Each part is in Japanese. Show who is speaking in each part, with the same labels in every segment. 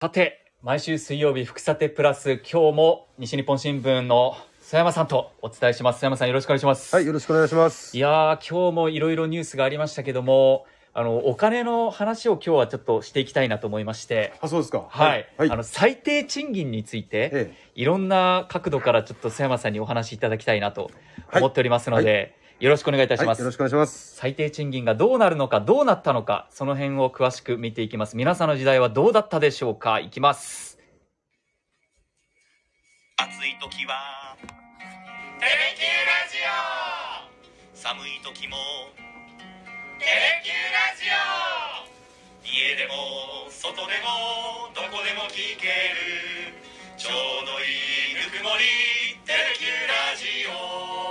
Speaker 1: さて、毎週水曜日、福さてプラス、今日も西日本新聞の須山さんとお伝えします。須山さん、よろしくお願いします。
Speaker 2: はい、よろしくお願いします。
Speaker 1: いやー、今日もいろいろニュースがありましたけども、あの、お金の話を今日はちょっとしていきたいなと思いまして、
Speaker 2: あ、そうですか。
Speaker 1: はい。
Speaker 2: はい。
Speaker 1: あの、最低賃金について、
Speaker 2: え
Speaker 1: いろんな角度からちょっと須山さんにお話しいただきたいなと
Speaker 2: はい
Speaker 1: 思っておりますので、よろしくお願いいた
Speaker 2: え、
Speaker 1: し
Speaker 2: はい、
Speaker 1: ま
Speaker 2: よ
Speaker 1: す。
Speaker 2: ろしくお願いします。
Speaker 1: 最低賃金がどうなるのか、どうなったのか、その辺を詳しく見ていきます。皆さんの時代はどうだったでしょうかいきます。
Speaker 3: 暑い時は「テレキューラジオ」寒い時も「テレキューラジオ」家でも外でもどこでも聞けるちょうどいいぬくもり「テレキューラジオ」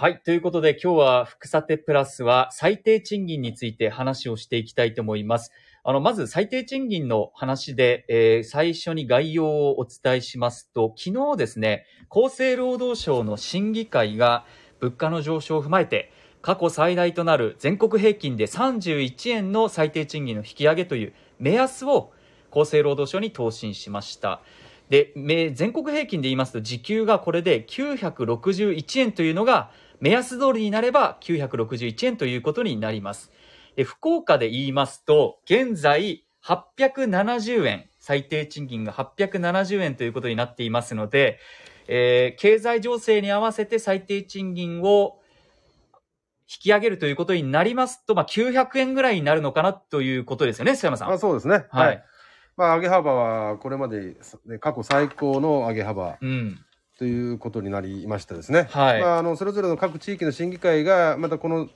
Speaker 1: はい。ということで、今日は、福さてプラスは、最低賃金について話をしていきたいと思います。あの、まず、最低賃金の話で、えー最初に概要をお伝えしますと、昨日ですね、厚生労働省の審議会が、物価の上昇を踏まえて、過去最大となる全国平均で31円の最低賃金の引き上げという目安を、厚生労働省に答申しました。で、め全国平均で言いますと、時給がこれで961円というのが、目安通りになれば961円ということになります。え福岡で言いますと、現在870円、最低賃金が870円ということになっていますので、えー経済情勢に合わせて最低賃金を引き上げるということになりますと、まあ、900円ぐらいになるのかなということですよね、須山さん。
Speaker 2: あ、そうですね。はい。
Speaker 1: はい。
Speaker 2: まあ、上げ幅はこれまでね過去最高の上げ幅
Speaker 1: うん。
Speaker 2: ということになりましたですね。
Speaker 1: はい
Speaker 2: まあ、あの、それぞれの各地域の審議会が、またこの、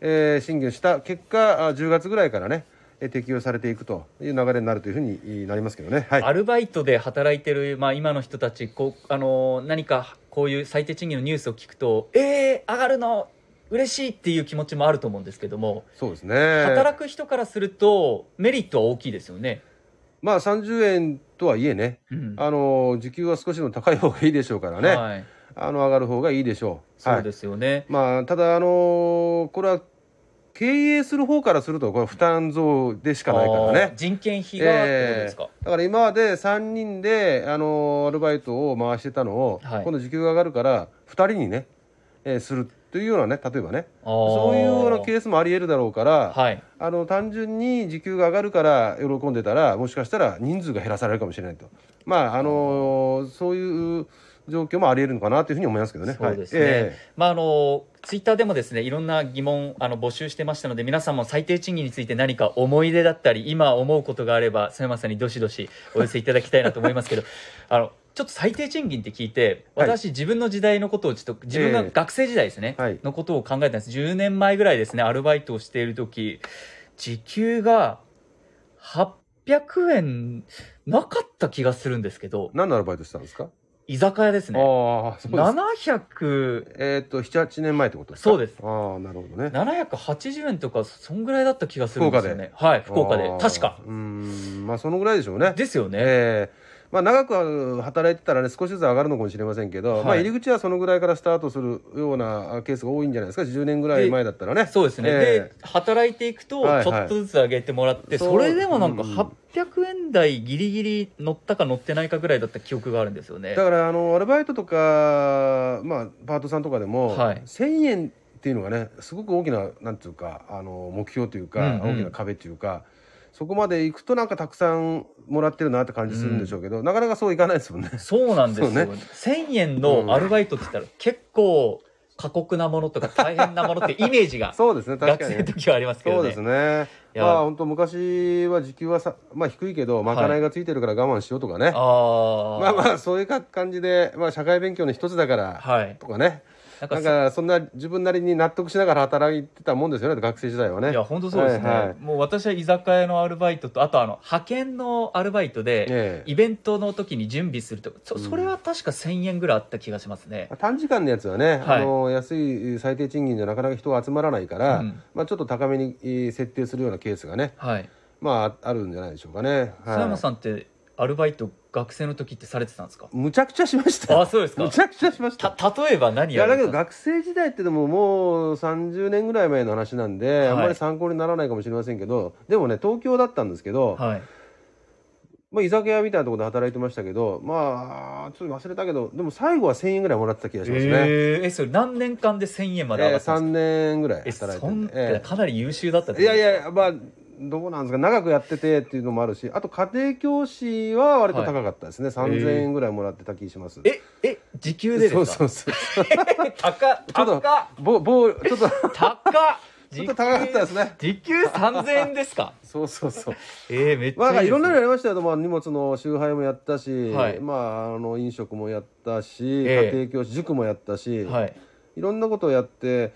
Speaker 2: えー、審議をした結果、あ10月ぐらいからね、えー適用されていくという流れになるというふうになりますけどね。はい。
Speaker 1: アルバイトで働いてる、まあ、今の人たちこう、あのー何かこういう最低賃金のニュースを聞くとえー、上がるの嬉しいっていう気持ちもあると思うんですけども、
Speaker 2: そうですね。
Speaker 1: 働く人からするとメリットは大きいですよね。
Speaker 2: まあ、30円とはいえね、
Speaker 1: うん
Speaker 2: あの、時給は少しでも高い方がいいでしょうからね。
Speaker 1: はい、
Speaker 2: あの、上がる方がいいでしょう。
Speaker 1: そうですよね。
Speaker 2: まあ、ただ、あのこれは経営する方からすると、これは負担増でしかないから
Speaker 1: あー
Speaker 2: ね。
Speaker 1: 人件費がってことで
Speaker 2: え
Speaker 1: すか
Speaker 2: え。だから今まで3人で、あのアルバイトを回してたのを、
Speaker 1: はい
Speaker 2: 今度時給が上がるから2人にね、えーするというようなね例えばね
Speaker 1: あー
Speaker 2: そういうようなケースもあり得るだろうから、
Speaker 1: はい。
Speaker 2: あの単純に時給が上がるから喜んでたらもしかしたら人数が減らされるかもしれないと、まああのそういう状況もあり得るのかなというふうに思いますけどね。
Speaker 1: そうですね。
Speaker 2: はいええ
Speaker 1: まああのツイッターでもですね、いろんな疑問あの募集してましたので、皆さんも最低賃金について何か思い出だったり、今思うことがあれば、佐山さんにどしどしお寄せいただきたいなと思いますけど、 あの。ちょっと最低賃金って聞いて、
Speaker 2: はい
Speaker 1: 私、自分の時代のことをちょっと、自分が
Speaker 2: ええ
Speaker 1: 学生時代ですね、
Speaker 2: はい
Speaker 1: のことを考えたんです。10年前ぐらいですね、アルバイトをしている時時給が800円なかった気がするんですけど、
Speaker 2: 何のアルバイトしてたんですか
Speaker 1: 居酒屋ですね。
Speaker 2: ああ、そうです。
Speaker 1: 700、
Speaker 2: えーっと、7、8年前ってことですか
Speaker 1: そうです。
Speaker 2: ああ、なるほどね。
Speaker 1: 780円とか、そんぐらいだった気がするんですよね。はい、福岡で
Speaker 2: あ。ー
Speaker 1: 確か。。
Speaker 2: うーん、まあ、そのぐらいでしょうね。
Speaker 1: ですよね。
Speaker 2: ええまあ、長く働いてたらね、少しずつ上がるのかもしれませんけど、
Speaker 1: はい
Speaker 2: まあ、入り口はそのぐらいからスタートするようなケースが多いんじゃないですか、10年ぐらい前だったらね。
Speaker 1: そうですね。
Speaker 2: え
Speaker 1: で
Speaker 2: え、
Speaker 1: 働いていくと、
Speaker 2: はい
Speaker 1: ちょっとずつ上げてもらって、
Speaker 2: そう
Speaker 1: それでもなんか
Speaker 2: うん
Speaker 1: 800円台ギリギリ乗ったか乗ってないかぐらいだった記憶があるんですよね
Speaker 2: だ。から、あの、アルバイトとか、まあ、パートさんとかでも、
Speaker 1: はい
Speaker 2: 1000円っていうのがね、すごく大きな、なんていうか、あの、目標というか、
Speaker 1: うんうん
Speaker 2: 大きな壁というか、そこまで行くとなんかたくさんもらってるなって感じするんでしょうけど、なかなかそういかないですもん ね。
Speaker 1: そうなんですよ。
Speaker 2: そうね
Speaker 1: 1000円のアルバイトって言ったら結構過酷なものとか大変なものってイメージが
Speaker 2: そうですね、確
Speaker 1: 学
Speaker 2: かに
Speaker 1: 生の。時はありますけ
Speaker 2: そ
Speaker 1: ど
Speaker 2: う
Speaker 1: ね。
Speaker 2: ですね。
Speaker 1: いや
Speaker 2: まあ本当昔は時給はさ、まあ低いけど、まかないがついてるから我慢しようとかね。
Speaker 1: ああ。
Speaker 2: まあまあそういうか感じで、まあ社会勉強の一つだから、
Speaker 1: はい。
Speaker 2: とかね。
Speaker 1: なん
Speaker 2: な
Speaker 1: か
Speaker 2: んかそんな自分なりに納得しながら働いてたもんですよね、学生時代はね。
Speaker 1: いや本当そうですね、
Speaker 2: はいはい
Speaker 1: もう私は居酒屋のアルバイトとあとあの派遣のアルバイトで
Speaker 2: ええ
Speaker 1: イベントの時に準備するとかそ
Speaker 2: うん
Speaker 1: それは確か1000円ぐらいあった気がしますね、
Speaker 2: 短時間のやつはね、
Speaker 1: はい
Speaker 2: あの安い最低賃金じゃなかなか人が集まらないから、
Speaker 1: うん
Speaker 2: まあ、ちょっと高めにえー設定するようなケースがね、
Speaker 1: はい
Speaker 2: まあ、あるんじゃないでしょうかね。
Speaker 1: 佐山さんってアルバイト学生の時ってされてたん ですか
Speaker 2: むちゃくちゃしましたよ
Speaker 1: あそうですか
Speaker 2: むちゃくちゃしました
Speaker 1: た例えば何
Speaker 2: い
Speaker 1: や
Speaker 2: や
Speaker 1: ら
Speaker 2: だ
Speaker 1: れ
Speaker 2: け
Speaker 1: て
Speaker 2: ど
Speaker 1: たんですか
Speaker 2: 学生時代ってでももう30年ぐらい前の話なんで、
Speaker 1: はい
Speaker 2: あんまり参考にならないかもしれませんけどでもね東京だったんですけど、
Speaker 1: はい
Speaker 2: まあ、居酒屋みたいなところで働いてましたけどまあちょっと忘れたけどでも最後は1000円ぐらいもらってた気がしますね、え
Speaker 1: えーえそれ何年間で1000円まで上がった
Speaker 2: 3
Speaker 1: んで
Speaker 2: 年ぐらい
Speaker 1: すか、
Speaker 2: 働い
Speaker 1: え
Speaker 2: て
Speaker 1: そん
Speaker 2: て、え
Speaker 1: かなり優秀だったっ
Speaker 2: え
Speaker 1: て
Speaker 2: い
Speaker 1: こと
Speaker 2: や
Speaker 1: ですか
Speaker 2: いやまあどうなんですか長くやっててっていうのもあるしあと家庭教師は割と高かったですね、3000円ぐらいもらってた気します
Speaker 1: ええ時給でです
Speaker 2: そ
Speaker 1: か
Speaker 2: うそうそう
Speaker 1: 高っ
Speaker 2: ちょっ
Speaker 1: 高
Speaker 2: と
Speaker 1: っ
Speaker 2: ぼぼちょ っと
Speaker 1: 高っ
Speaker 2: ちょっと高かったですね
Speaker 1: 時給3000円ですか
Speaker 2: そうそうそう
Speaker 1: えー、めっちゃ
Speaker 2: ま
Speaker 1: いいです、
Speaker 2: あ、
Speaker 1: ね、
Speaker 2: いろんなのやりましたよ、まあ、荷物の集配もやったし、
Speaker 1: はい
Speaker 2: まあ、あの飲食もやったし、
Speaker 1: ええ
Speaker 2: 家庭教師、塾もやったし、、
Speaker 1: はいい
Speaker 2: ろんなことをやって、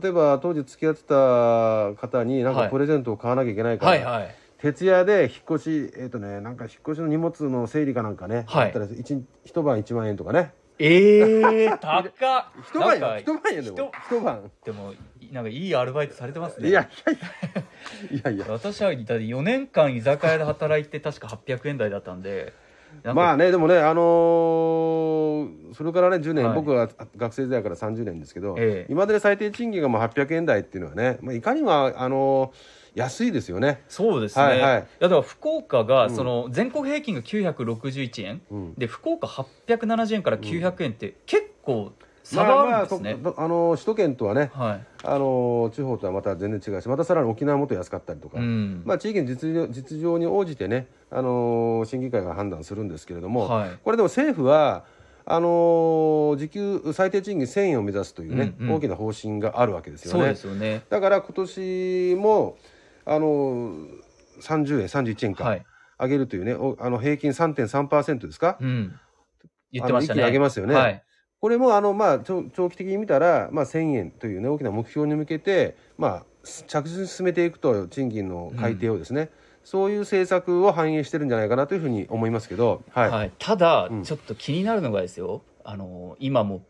Speaker 2: 例えば当時付き合ってた方に、なん
Speaker 1: は
Speaker 2: か
Speaker 1: い
Speaker 2: プレゼントを買わなきゃいけないから、
Speaker 1: はいはい
Speaker 2: 徹夜で引っ越し、えっ、とね、なんか引っ越しの荷物の整理かなんかね、
Speaker 1: はい
Speaker 2: やったら一日一晩1万円とかね、
Speaker 1: えー、高っ
Speaker 2: 一晩
Speaker 1: な
Speaker 2: よ、
Speaker 1: ん
Speaker 2: 一
Speaker 1: か
Speaker 2: 晩よ、でも、一晩。
Speaker 1: でもなんかいいアルバイトされてますね
Speaker 2: いやいや いや、いやい
Speaker 1: 私はだって4年間居酒屋で働いて確か800円台だったんで
Speaker 2: や、まあ
Speaker 1: あ
Speaker 2: ね、でもね、あのーそれからね、10年、
Speaker 1: はい
Speaker 2: 僕は学生時代から30年ですけど、
Speaker 1: ええ
Speaker 2: 今までの最低賃金がもう800円台っていうのはね、まあ、いかにも、あのー安いですよね。
Speaker 1: そうですね、
Speaker 2: はいはい
Speaker 1: いやだから福岡が
Speaker 2: うん
Speaker 1: その全国平均が961円、
Speaker 2: うん
Speaker 1: で福岡870円から900円って結構差があるんですね、
Speaker 2: まあまあそあのー首都圏とはね、
Speaker 1: はい
Speaker 2: あのー地方とはまた全然違うし、またさらに沖縄もっと安かったりとか、
Speaker 1: うん
Speaker 2: まあ、地域の実情実情に応じてね、あのー審議会が判断するんですけれども、
Speaker 1: はい
Speaker 2: これでも政府は、あのー時給最低賃金1000円を目指すというね、
Speaker 1: うんうん
Speaker 2: 大きな方針があるわけですよね。
Speaker 1: そうですよね
Speaker 2: だから今年もあの30円、31円
Speaker 1: は
Speaker 2: か
Speaker 1: い、
Speaker 2: 上げるというね、おあの平均3.3%ですか、
Speaker 1: うん、言ってましたね
Speaker 2: あの一気に上げますよね
Speaker 1: はい
Speaker 2: これもあの、まあ、長長期的に見たら、まあ、1000円という、ね、大きな目標に向けて、まあ、す着実に進めていくと、賃金の改定をですね、そういう政策を反映してるんじゃないかなというふうに思いますけど、はい
Speaker 1: はいただ、
Speaker 2: うん
Speaker 1: ちょっと気になるのがですよあの今もう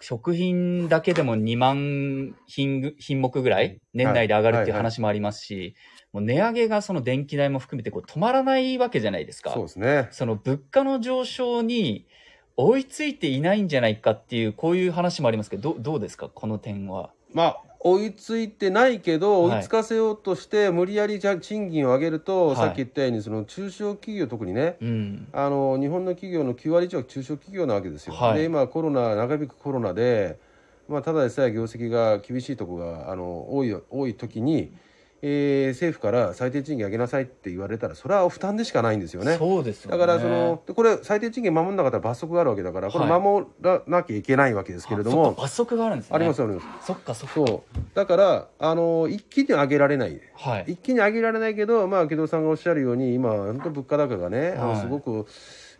Speaker 1: 食品だけでも2万品ぐ品目ぐらい年内で上がるっていう話もありますし、もう値上げがその電気代も含めてこう止まらないわけじゃないですか
Speaker 2: そうですね。
Speaker 1: その物価の上昇に追いついていないんじゃないかっていうこういう話もありますけどどうどうですかこの点は。
Speaker 2: まあ追いついてないけど、
Speaker 1: はい
Speaker 2: 追いつかせようとして、無理やりじゃ賃金を上げると、
Speaker 1: はい
Speaker 2: さっき言ったように、その中小企業、特にね、
Speaker 1: うん、
Speaker 2: あの日本の企業の9割以上は中小企業なわけですよ、
Speaker 1: はい
Speaker 2: で今、コロナ、長引くコロナで、まあ、ただでさえ業績が厳しいところがあの多い多い時に、えー政府から最低賃金上げなさいって言われたら、それは負担でしかないんですよね。
Speaker 1: そうですよ
Speaker 2: だ
Speaker 1: ね
Speaker 2: からその、でこれ、最低賃金守らなかったら罰則があるわけだから、これ、
Speaker 1: はい
Speaker 2: 守らなきゃいけないわけですけれど
Speaker 1: あそっ
Speaker 2: も
Speaker 1: か、罰則があるんですね
Speaker 2: あります、あります、
Speaker 1: そっかそっか
Speaker 2: そう、だから、あの一気に上げられない、
Speaker 1: はい
Speaker 2: 一気に上げられないけど、まあ、木戸さんがおっしゃるように、今、本当、物価高がね、あ
Speaker 1: はい
Speaker 2: のすごく、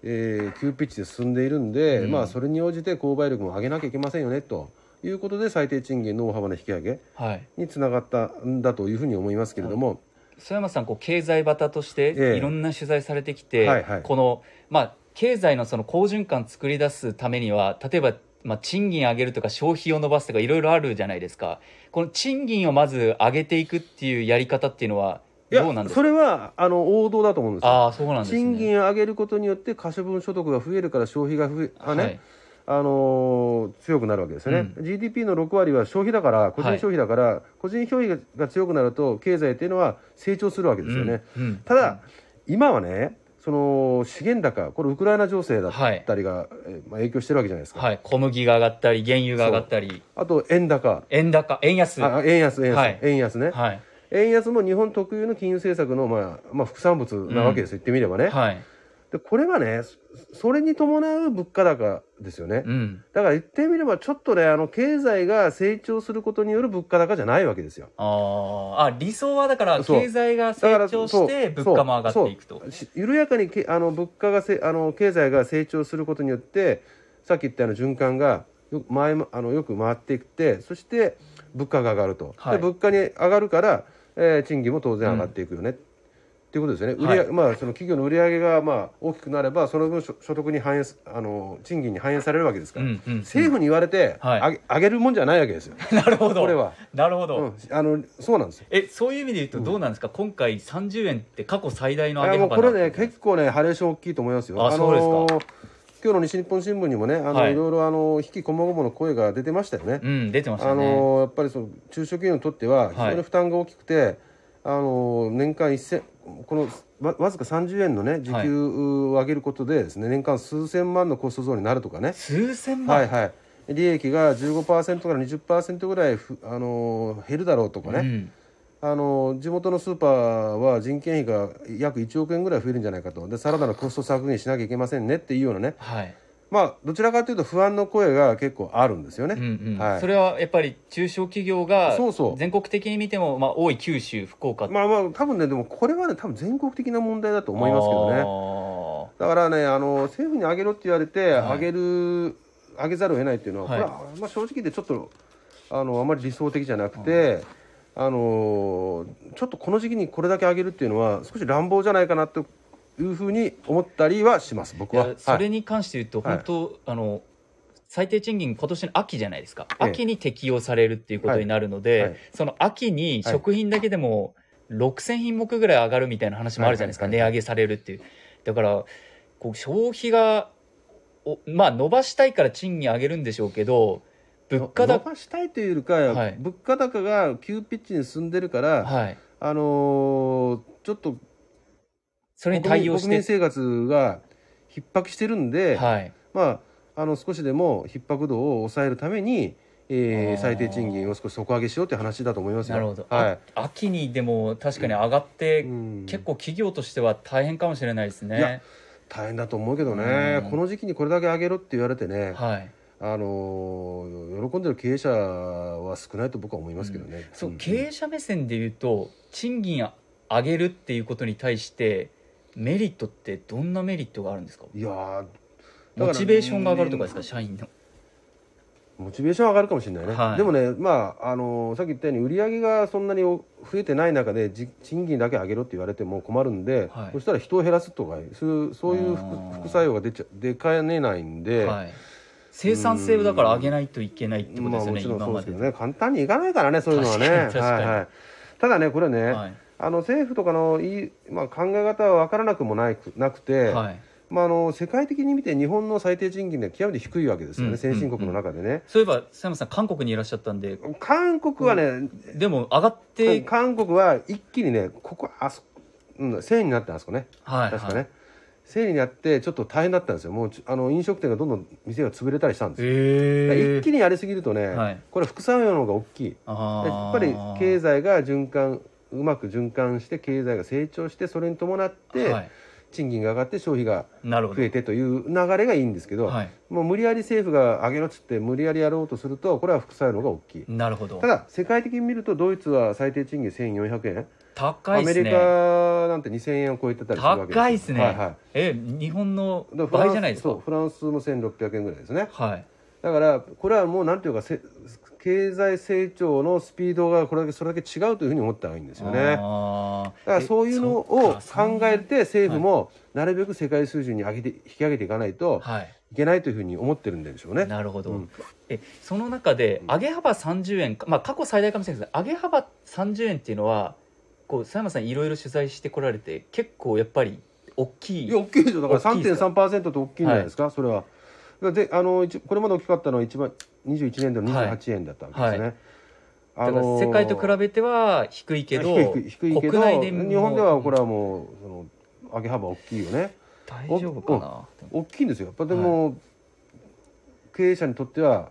Speaker 2: えー急ピッチで進んでいるんで、
Speaker 1: うん
Speaker 2: まあ、それに応じて購買力も上げなきゃいけませんよねということで、最低賃金の大幅な引き上げ
Speaker 1: はい
Speaker 2: につながったんだというふうに思いますけれども、
Speaker 1: 曽山さんこう経済バタとし
Speaker 2: え
Speaker 1: て
Speaker 2: え
Speaker 1: いろんな取材されてきて、
Speaker 2: はいはい
Speaker 1: この、まあ、経済のその好循環作り出すためには例えば、まあ、賃金上げるとか消費を伸ばすとかいろいろあるじゃないですかこの賃金をまず上げていくっていうやり方っていうのはい
Speaker 2: や
Speaker 1: どうなんです
Speaker 2: そ
Speaker 1: か
Speaker 2: れはあの王道だと思うんですよ。
Speaker 1: ああそうなんですね
Speaker 2: 賃金を上げることによって可処分所得が増えるから消費が増えあね、
Speaker 1: はい
Speaker 2: あのー強くなるわけですよね、
Speaker 1: う
Speaker 2: GDP の6割は消費だから個人消費だから、個人消費が強くなると経済っていうのは成長するわけですよね、
Speaker 1: うんうん
Speaker 2: ただ、今はねその資源高これウクライナ情勢だったりが、えーまあ、影響してるわけじゃないですか、
Speaker 1: はい、小麦が上がったり原油が上がったり
Speaker 2: あと円高
Speaker 1: 円高円安は
Speaker 2: あ円安円安、
Speaker 1: はい
Speaker 2: 円安ね、
Speaker 1: い
Speaker 2: 円安も日本特有の金融政策の、まあまあ、副産物なわけですよ、言ってみればね、
Speaker 1: はい
Speaker 2: でこれはねそそれに伴う物価高ですよね、
Speaker 1: うん
Speaker 2: だから言ってみればちょっとねあの経済が成長することによる物価高じゃないわけですよ
Speaker 1: あーあ理想はだから
Speaker 2: そう
Speaker 1: 経済が
Speaker 2: だから
Speaker 1: 成長して
Speaker 2: そう
Speaker 1: 物価も上がっていくと
Speaker 2: そうし緩やかにけあの物価がせあの経済が成長することによってさっき言ったような循環がよく前もあのよく回っていってそして物価が上がると、
Speaker 1: はい
Speaker 2: で物価に上がるから、えー賃金も当然上がっていくよね、っということですよね、売
Speaker 1: はい
Speaker 2: り上げまあ、その企業の売り上げがまあ大きくなれば、その分所、所得に反映すあの、賃金に反映されるわけですから、
Speaker 1: うんうんうん
Speaker 2: 政府に言われて、
Speaker 1: はい
Speaker 2: あげ上げるもんじゃないわけですよ、
Speaker 1: なるほど。
Speaker 2: これは。
Speaker 1: なるほど。
Speaker 2: うん、あのそうなんですよ。
Speaker 1: え、そういう意味で言うとどうなんですか、今回30円って過去最大の上
Speaker 2: あ
Speaker 1: げ
Speaker 2: もう
Speaker 1: 幅
Speaker 2: これ
Speaker 1: にな
Speaker 2: ね、
Speaker 1: ってる
Speaker 2: 結構ね、ハレーション大きいと思いますよ。
Speaker 1: あそうですか
Speaker 2: の今日の西日本新聞にもね、あの、
Speaker 1: はい
Speaker 2: い、ろいろあの引きこもごもの声が出てましたよね。
Speaker 1: うん、出てました
Speaker 2: あ
Speaker 1: よね。
Speaker 2: のやっぱりその中小企業にとっては非常に負担が大きくて、あの年間1000このわわずか30円のね時給を上げることでですね、年間数千万のコスト増になるとかね、
Speaker 1: 数千万。
Speaker 2: はいはい、利益が15%から20%ぐらいふあの減るだろうとかね、
Speaker 1: うん
Speaker 2: あの地元のスーパーは人件費が約1億円ぐらい増えるんじゃないかとでさらなるコスト削減しなきゃいけませんねっていうようなね
Speaker 1: はい。
Speaker 2: まあどちらかというと不安の声が結構あるんですよね。
Speaker 1: うんうん
Speaker 2: はい
Speaker 1: それはやっぱり中小企業が
Speaker 2: そうそう
Speaker 1: 全国的に見ても、まあ、多い九州福岡
Speaker 2: まあまあ多分ねでもこれはね多分全国的な問題だと思いますけどね
Speaker 1: ど
Speaker 2: だからねあの政府に上げろって言われて、
Speaker 1: はい
Speaker 2: 上げる上げざるを得ないっていうのは、
Speaker 1: はい
Speaker 2: これは、まあ、正直でちょっとあのあまり理想的じゃなくて、あのちょっとこの時期にこれだけ上げるっていうのは少し乱暴じゃないかなというふうに思ったりはします僕
Speaker 1: いや
Speaker 2: は。
Speaker 1: そ
Speaker 2: は
Speaker 1: れ
Speaker 2: い
Speaker 1: に関して言うと、
Speaker 2: はい
Speaker 1: 本当、あの最低賃金、今年の秋じゃないですか、
Speaker 2: ええ
Speaker 1: 秋に適用されるっていうことになるので、
Speaker 2: はいはい
Speaker 1: その秋に食品だけでも6000品目ぐらい上がるみたいな話もあるじゃないですか、
Speaker 2: はいはいは
Speaker 1: 値上げされるっていう。だからこう消費がおまあ、伸ばしたいから賃金上げるんでしょうけど物価だ
Speaker 2: 伸ばしたいというよりか、
Speaker 1: はい
Speaker 2: 物価高が急ピッチに進んでるから、
Speaker 1: はい、
Speaker 2: あのちょっと
Speaker 1: それに
Speaker 2: 国
Speaker 1: 対
Speaker 2: 民
Speaker 1: 応し
Speaker 2: 国
Speaker 1: て
Speaker 2: 民生活が逼迫してるんで、
Speaker 1: はい、
Speaker 2: まあ、あの少しでも逼迫度を抑えるために、
Speaker 1: あー
Speaker 2: えー、最低賃金を少し底上げしようという話だと思いますよ。
Speaker 1: なるほど、
Speaker 2: はい
Speaker 1: あ秋にでも確かに上がって、
Speaker 2: うん
Speaker 1: 結構企業としては大変かもしれないです
Speaker 2: いや
Speaker 1: ね。
Speaker 2: 大変だと思うけどね、
Speaker 1: うん
Speaker 2: この時期にこれだけ上げろって言われてね、
Speaker 1: はい
Speaker 2: あのー喜んでる経営者は少ないと僕は思いますけどね。
Speaker 1: そう
Speaker 2: うん
Speaker 1: 経営者目線で言うと賃金上げるっていうことに対してメリットってどんなメリットがあるんですか
Speaker 2: いやー
Speaker 1: モチベーションが上がるとかです
Speaker 2: う
Speaker 1: か
Speaker 2: ん
Speaker 1: 社員の
Speaker 2: モチベーション上がるかもしれないね、
Speaker 1: はい
Speaker 2: でもね、まああのーさっき言ったように売り上げがそんなに増えてない中でじ賃金だけ上げろって言われても困るんで、
Speaker 1: はい
Speaker 2: そしたら人を減らすとかそうそういう
Speaker 1: あー
Speaker 2: 副副作用が出ちゃ出かねないんで、
Speaker 1: はい生産性をだから上げないといけないってこと
Speaker 2: ま
Speaker 1: で
Speaker 2: あ、
Speaker 1: すよ
Speaker 2: も
Speaker 1: ね
Speaker 2: ちろん
Speaker 1: 今
Speaker 2: そう
Speaker 1: ま
Speaker 2: です
Speaker 1: で
Speaker 2: けどね簡単にいかないからねそういうのはね。
Speaker 1: 確かに確かに
Speaker 2: はいはいただねこれね、
Speaker 1: はい
Speaker 2: あの政府とかのいい、まあ、考え方は分からなくもないくなくて、
Speaker 1: はい
Speaker 2: まあ、あの世界的に見て日本の最低賃金が極めて低いわけですよね、
Speaker 1: うん
Speaker 2: 先進国の中でね。
Speaker 1: そういえば佐山さん韓国にいらっしゃったんで
Speaker 2: 韓国はね、
Speaker 1: でも上がって
Speaker 2: うん韓国は一気にねここあそうん1000になったんですかね
Speaker 1: はい
Speaker 2: 確かね、
Speaker 1: はい
Speaker 2: 1000になってちょっと大変だったんですよもうちあの飲食店がどんどん店が潰れたりしたんですよ、
Speaker 1: ええ
Speaker 2: 一気にやりすぎるとね、
Speaker 1: はい
Speaker 2: これ副作用の方が大きいでやっぱり経済が循環うまく循環して経済が成長してそれに伴って、
Speaker 1: はい
Speaker 2: 賃金が上がって消費が
Speaker 1: なるほ
Speaker 2: 増
Speaker 1: ど
Speaker 2: えてという流れがいいんですけど、
Speaker 1: はい
Speaker 2: もう無理やり政府が上げろっつって無理やりやろうとするとこれは副作用の方が大きい
Speaker 1: なるほど
Speaker 2: ただ世界的に見るとドイツは最低賃金1400円、
Speaker 1: 高い
Speaker 2: ア
Speaker 1: で
Speaker 2: メ
Speaker 1: す
Speaker 2: リ
Speaker 1: ね
Speaker 2: カなんて2000円を超えてたりするわけですよ
Speaker 1: 高いですね、
Speaker 2: はいは
Speaker 1: え日本の
Speaker 2: い、だからフラン
Speaker 1: 倍
Speaker 2: ス
Speaker 1: じゃないです
Speaker 2: そ
Speaker 1: か
Speaker 2: うフランスも1600円ぐらいですね
Speaker 1: はい
Speaker 2: だからこれはもうなんていうかせ経済成長のスピードがこれだけそれだけ違うというふうに思ったらいいんですよねだ
Speaker 1: あー
Speaker 2: からそういうのを
Speaker 1: えそ
Speaker 2: 考
Speaker 1: っか
Speaker 2: えて政府もなるべく世界水準に上げて引き上げていかないと
Speaker 1: はい、
Speaker 2: いけないというふうに思ってるんでしょうね。
Speaker 1: なるほど、
Speaker 2: うん
Speaker 1: えその中で
Speaker 2: うん
Speaker 1: 上げ幅30円か、まあ、過去最大かもしれないですけど上げ幅30円っていうのはこう佐山さんいろいろ取材してこられて結構やっぱり大きい
Speaker 2: いや大きいでしょだから
Speaker 1: 大きいですか
Speaker 2: 3.3%って大きいんじゃないですか、それはだからであの一これまで大きかったのは一番21年度の28円だったわけですね、
Speaker 1: はだ
Speaker 2: あ
Speaker 1: から
Speaker 2: のー
Speaker 1: 世界と比べては低いけど
Speaker 2: 低い低いけど
Speaker 1: 国内でも
Speaker 2: 日本ではこれはもうその上げ幅大きいよね
Speaker 1: 大丈夫かな
Speaker 2: 大きいんですよやっぱでも、経営者にとっては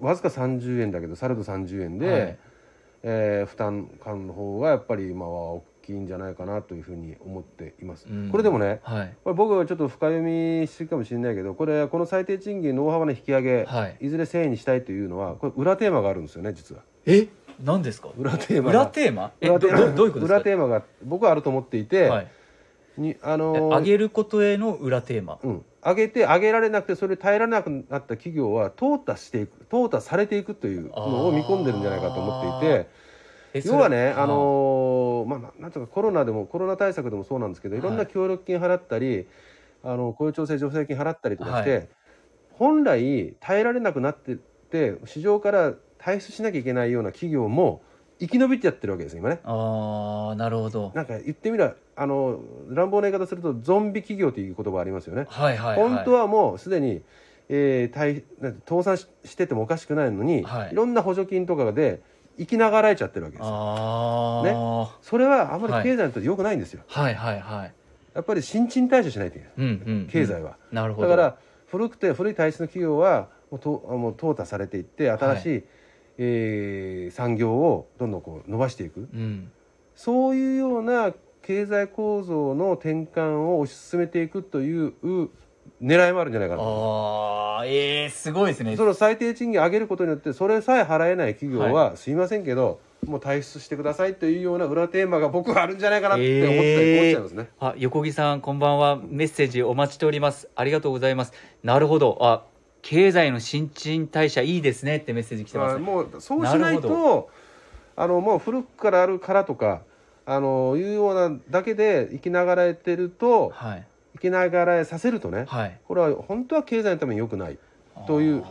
Speaker 2: わずか30円だけどされど30円で、
Speaker 1: はい
Speaker 2: えー負担感の方がやっぱり今は大きいんじゃないかなというふうに思っています、
Speaker 1: うん
Speaker 2: これでもね
Speaker 1: はい
Speaker 2: これ僕はちょっと深読みしすぎかもしれないけどこれこの最低賃金の大幅な引き上げ、
Speaker 1: はい
Speaker 2: い、ずれ1000円にしたいというのはこれ裏テーマがあるんですよね実は
Speaker 1: え何ですか
Speaker 2: 裏テーマが
Speaker 1: 裏テーマえ
Speaker 2: 裏
Speaker 1: ど
Speaker 2: テーマ
Speaker 1: どどういうことですか
Speaker 2: 裏テーマが僕はあると思っていて、
Speaker 1: はい、
Speaker 2: にあ
Speaker 1: え
Speaker 2: のー
Speaker 1: 上げることへの裏テーマ
Speaker 2: うん、上げて上げられなくてそれ耐えられなくなった企業は淘汰していく淘汰されていくというのを見込んでるんじゃないかと思っていて
Speaker 1: えそれ
Speaker 2: 要はね、あのーを、まあ、ななんとかコロナでもコロナ対策でもそうなんですけ
Speaker 1: は
Speaker 2: ど、
Speaker 1: い
Speaker 2: いろんな協力金払ったりあの雇用調整助成金払ったりとかして、
Speaker 1: は
Speaker 2: 本来耐えられなくなってって市場から退出しなきゃいけないような企業も生き延びてやってるわけですね今ね。
Speaker 1: ああ、なるほど。
Speaker 2: なんか言ってみればあの乱暴な言い方するとゾンビ企業という言葉ありますよね。
Speaker 1: はいはい、はい。
Speaker 2: 本当はもうすでに、えー退なんて倒産ししててもおかしくないのに、
Speaker 1: はい
Speaker 2: い、ろんな補助金とかで生きながらえちゃってるわけですよ
Speaker 1: ああ、
Speaker 2: ねそれはあまり
Speaker 1: はい
Speaker 2: 経済にとって良くないんですよ、
Speaker 1: はいはいはい。
Speaker 2: やっぱり新陳代謝しないといけない
Speaker 1: うんうん、うん。
Speaker 2: 経済は、
Speaker 1: なるほど。
Speaker 2: だから古くて古い体質の企業はもうともう淘汰されていって新しい、えー産業をどんどんこう伸ばしていく
Speaker 1: うん。
Speaker 2: そういうような経済構造の転換を推し進めていくという狙いもあるんじゃないかなと思います
Speaker 1: ああ、ええすごいですね。
Speaker 2: その最低賃金上げることによってそれさえ払えない企業は、すいませんけどもう退出してくださいというような裏テーマが僕はあるんじゃないかなって思ったり、
Speaker 1: えー
Speaker 2: 思っちゃいますね。
Speaker 1: あ、横木さん、こんばんは。メッセージお待ちしております。ありがとうございます。なるほど。あ、経済の新陳代謝いいですねってメッセージ来てます
Speaker 2: あ
Speaker 1: ね。
Speaker 2: もうそうしない
Speaker 1: なるほ
Speaker 2: とあのもう古くからあるからとかあのいうようなだけで生きながらえてると
Speaker 1: はい。
Speaker 2: 生きながらえさせるとね
Speaker 1: はい。
Speaker 2: これは本当は経済のために良くないという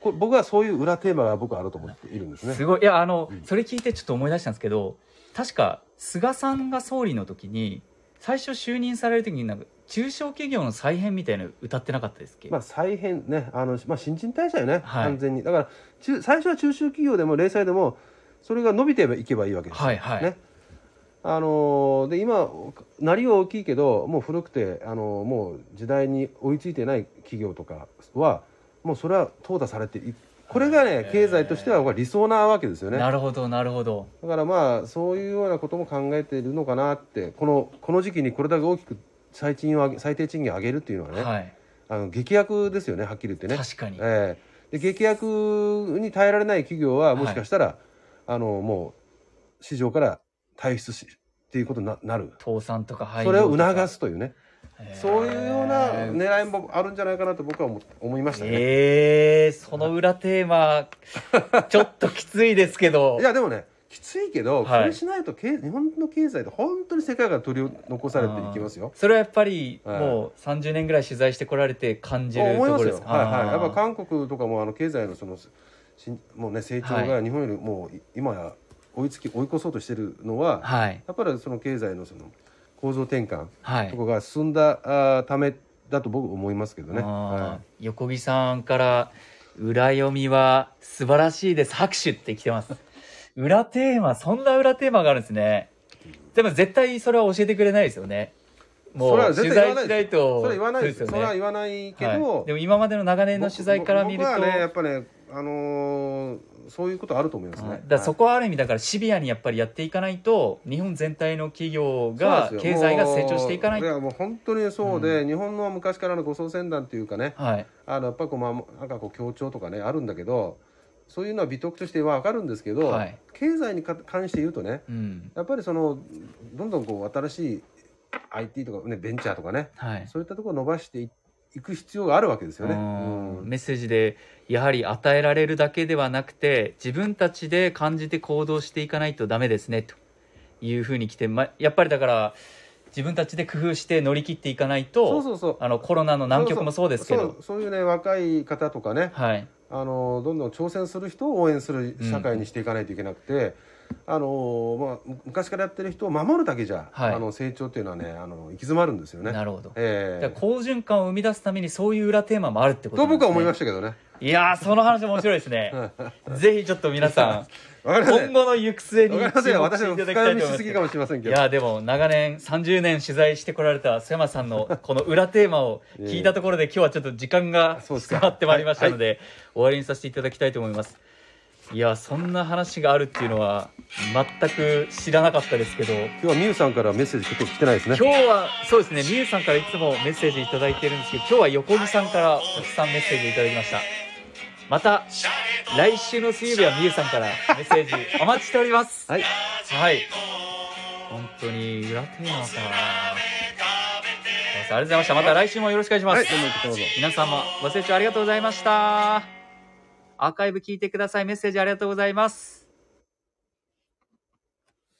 Speaker 2: これ僕はそういう裏テーマが僕はあると思っているんですね。
Speaker 1: すごい。いや、あの、
Speaker 2: うん
Speaker 1: それ聞いてちょっと思い出したんですけど、確か、菅さんが総理の時に、最初就任される時に、なんか、中小企業の再編みたいなの歌ってなかったですっけ、
Speaker 2: まあ、再編ねあの、まあ、新陳代謝よね、
Speaker 1: はい
Speaker 2: 完全にだから中最初は中小企業でも零細でもそれが伸びていけばいいわけですよ
Speaker 1: はいはい
Speaker 2: ねあのーで今なりは大きいけどもう古くて、あのーもう時代に追いついてない企業とかはもうそれは淘汰されていこれがね経済としては僕は理想なわけですよね
Speaker 1: な
Speaker 2: だ
Speaker 1: るほど、なるほど。
Speaker 2: からまあそういうようなことも考えているのかなってこのこの時期にこれだけ大きく最賃を上げ最低賃金を上げるっていうのはね、
Speaker 1: はい。
Speaker 2: あの劇薬ですよねはっきり言ってね。
Speaker 1: 確かに。
Speaker 2: ええで劇薬に耐えられない企業はもしかしたら、あのもう市場から退出しっていうことにななる、
Speaker 1: 倒産とか廃
Speaker 2: そ
Speaker 1: 業
Speaker 2: れ
Speaker 1: と
Speaker 2: を
Speaker 1: か
Speaker 2: 促すというね、
Speaker 1: へー
Speaker 2: そういうような狙いもあるんじゃないかなと僕は思思いましたね、
Speaker 1: えー、その裏テーマ ちょっときついですけど
Speaker 2: いやでもねきついけど、
Speaker 1: はい
Speaker 2: これしないと経日本の経済で本当に世界が取り残されていきますよ
Speaker 1: それはやっぱり
Speaker 2: はい
Speaker 1: もう30年ぐらい取材してこられて感じるとこ
Speaker 2: 思いま
Speaker 1: ろ
Speaker 2: す
Speaker 1: で
Speaker 2: よ、
Speaker 1: すか
Speaker 2: はいはい、やっぱ
Speaker 1: あ
Speaker 2: 韓国とかもあの経済のそのしんもう、ね、成長
Speaker 1: は
Speaker 2: が日本よりもうい今や追いつき追い越そうとしてるの
Speaker 1: ー、
Speaker 2: は
Speaker 1: はい
Speaker 2: やっぱりその経済のその構造転換
Speaker 1: は
Speaker 2: と
Speaker 1: い
Speaker 2: かが進んだあーためだと僕思いますけどね。
Speaker 1: あー
Speaker 2: は
Speaker 1: 横木さんから「裏読みは素晴らしいです拍手」って来てます裏テーマそんな裏テーマがあるんですねでも絶対それは教えてくれないですよね
Speaker 2: い、
Speaker 1: もう取材し
Speaker 2: で
Speaker 1: ない
Speaker 2: すよ
Speaker 1: と
Speaker 2: それは言わないです
Speaker 1: そう
Speaker 2: よ。
Speaker 1: ですよ
Speaker 2: それ
Speaker 1: ね
Speaker 2: は言わないけ
Speaker 1: は
Speaker 2: ど
Speaker 1: い、でも今までの長年の
Speaker 2: 僕
Speaker 1: 取材から見ると
Speaker 2: 僕はねやっぱねあのーそういうことあると思いますね。
Speaker 1: はいだからそこはある意味だからシビアにやっぱりやっていかないと日本全体の企業が
Speaker 2: そうですよ
Speaker 1: 経済が成長していかない
Speaker 2: もうやもう本当にそうで、日本の昔からの護送船団というかね、
Speaker 1: はい
Speaker 2: あのやっぱりこうまあなんかこう協調とかねあるんだけど、そういうのは美徳としてはわかるんですけど、
Speaker 1: はい
Speaker 2: 経済にか関して言うとね、
Speaker 1: うん
Speaker 2: やっぱりそのどんどんこう新しい IT とか、ね、ベンチャーとかね
Speaker 1: はい
Speaker 2: そういったところを伸ばしていいく必要があるわけですよね。
Speaker 1: うん
Speaker 2: うん
Speaker 1: メッセージでやはり与えられるだけではなくて自分たちで感じて行動していかないとダメですねというふうに来て、ま、やっぱりだから自分たちで工夫して乗り切っていかないと
Speaker 2: そうそうそう
Speaker 1: あのコロナの南極もそうですけど
Speaker 2: そうそういうね若い方とかね
Speaker 1: はい
Speaker 2: あのどんどん挑戦する人を応援する社会にしていかないといけなくて、あのまあ、む昔からやってる人を守るだけじゃ、
Speaker 1: はい
Speaker 2: あの成長っていうのはねあの行き詰まるんですよね。
Speaker 1: なるほど、
Speaker 2: ええ
Speaker 1: だから好循環を生み出すためにそういう裏テーマもあるってこと
Speaker 2: と
Speaker 1: なんですね
Speaker 2: 僕は思いましたけどね。
Speaker 1: いやーその話面白いですね ぜひちょっと皆さん
Speaker 2: わかりませ
Speaker 1: 今
Speaker 2: ん。
Speaker 1: 後の行く末に
Speaker 2: わかり
Speaker 1: 注目
Speaker 2: ません。私
Speaker 1: して
Speaker 2: も
Speaker 1: いただきた
Speaker 2: 深読
Speaker 1: いと
Speaker 2: み
Speaker 1: 思い
Speaker 2: し
Speaker 1: ますす
Speaker 2: ぎかもしれません
Speaker 1: い
Speaker 2: けど。
Speaker 1: やーでも長年30年取材してこられた須山さんの この裏テーマを聞いたところで今日はちょっと時間が
Speaker 2: そうです
Speaker 1: 迫
Speaker 2: か
Speaker 1: ってまいりましたので、終わりにさせていただきたいと思いますいやーそんな話があるっていうのは全く知らなかったですけど
Speaker 2: 今日はミュウさんからメッセージちょっと来てないですね。
Speaker 1: 今日はそうですねみゆさんからいつもメッセージいただいてるんですけど今日は横木さんからたくさんメッセージいただきましたまた来週の水曜日はみゆさんからメッセー ジお待ちしております
Speaker 2: はい。
Speaker 1: はい本当に裏テーマさありがとうございましたまた来週もよろしくお願いします、
Speaker 2: はい、どうもどうぞ。
Speaker 1: 皆様ご清聴ありがとうございましたアーカイブ聞いてくださいメッセージありがとうございます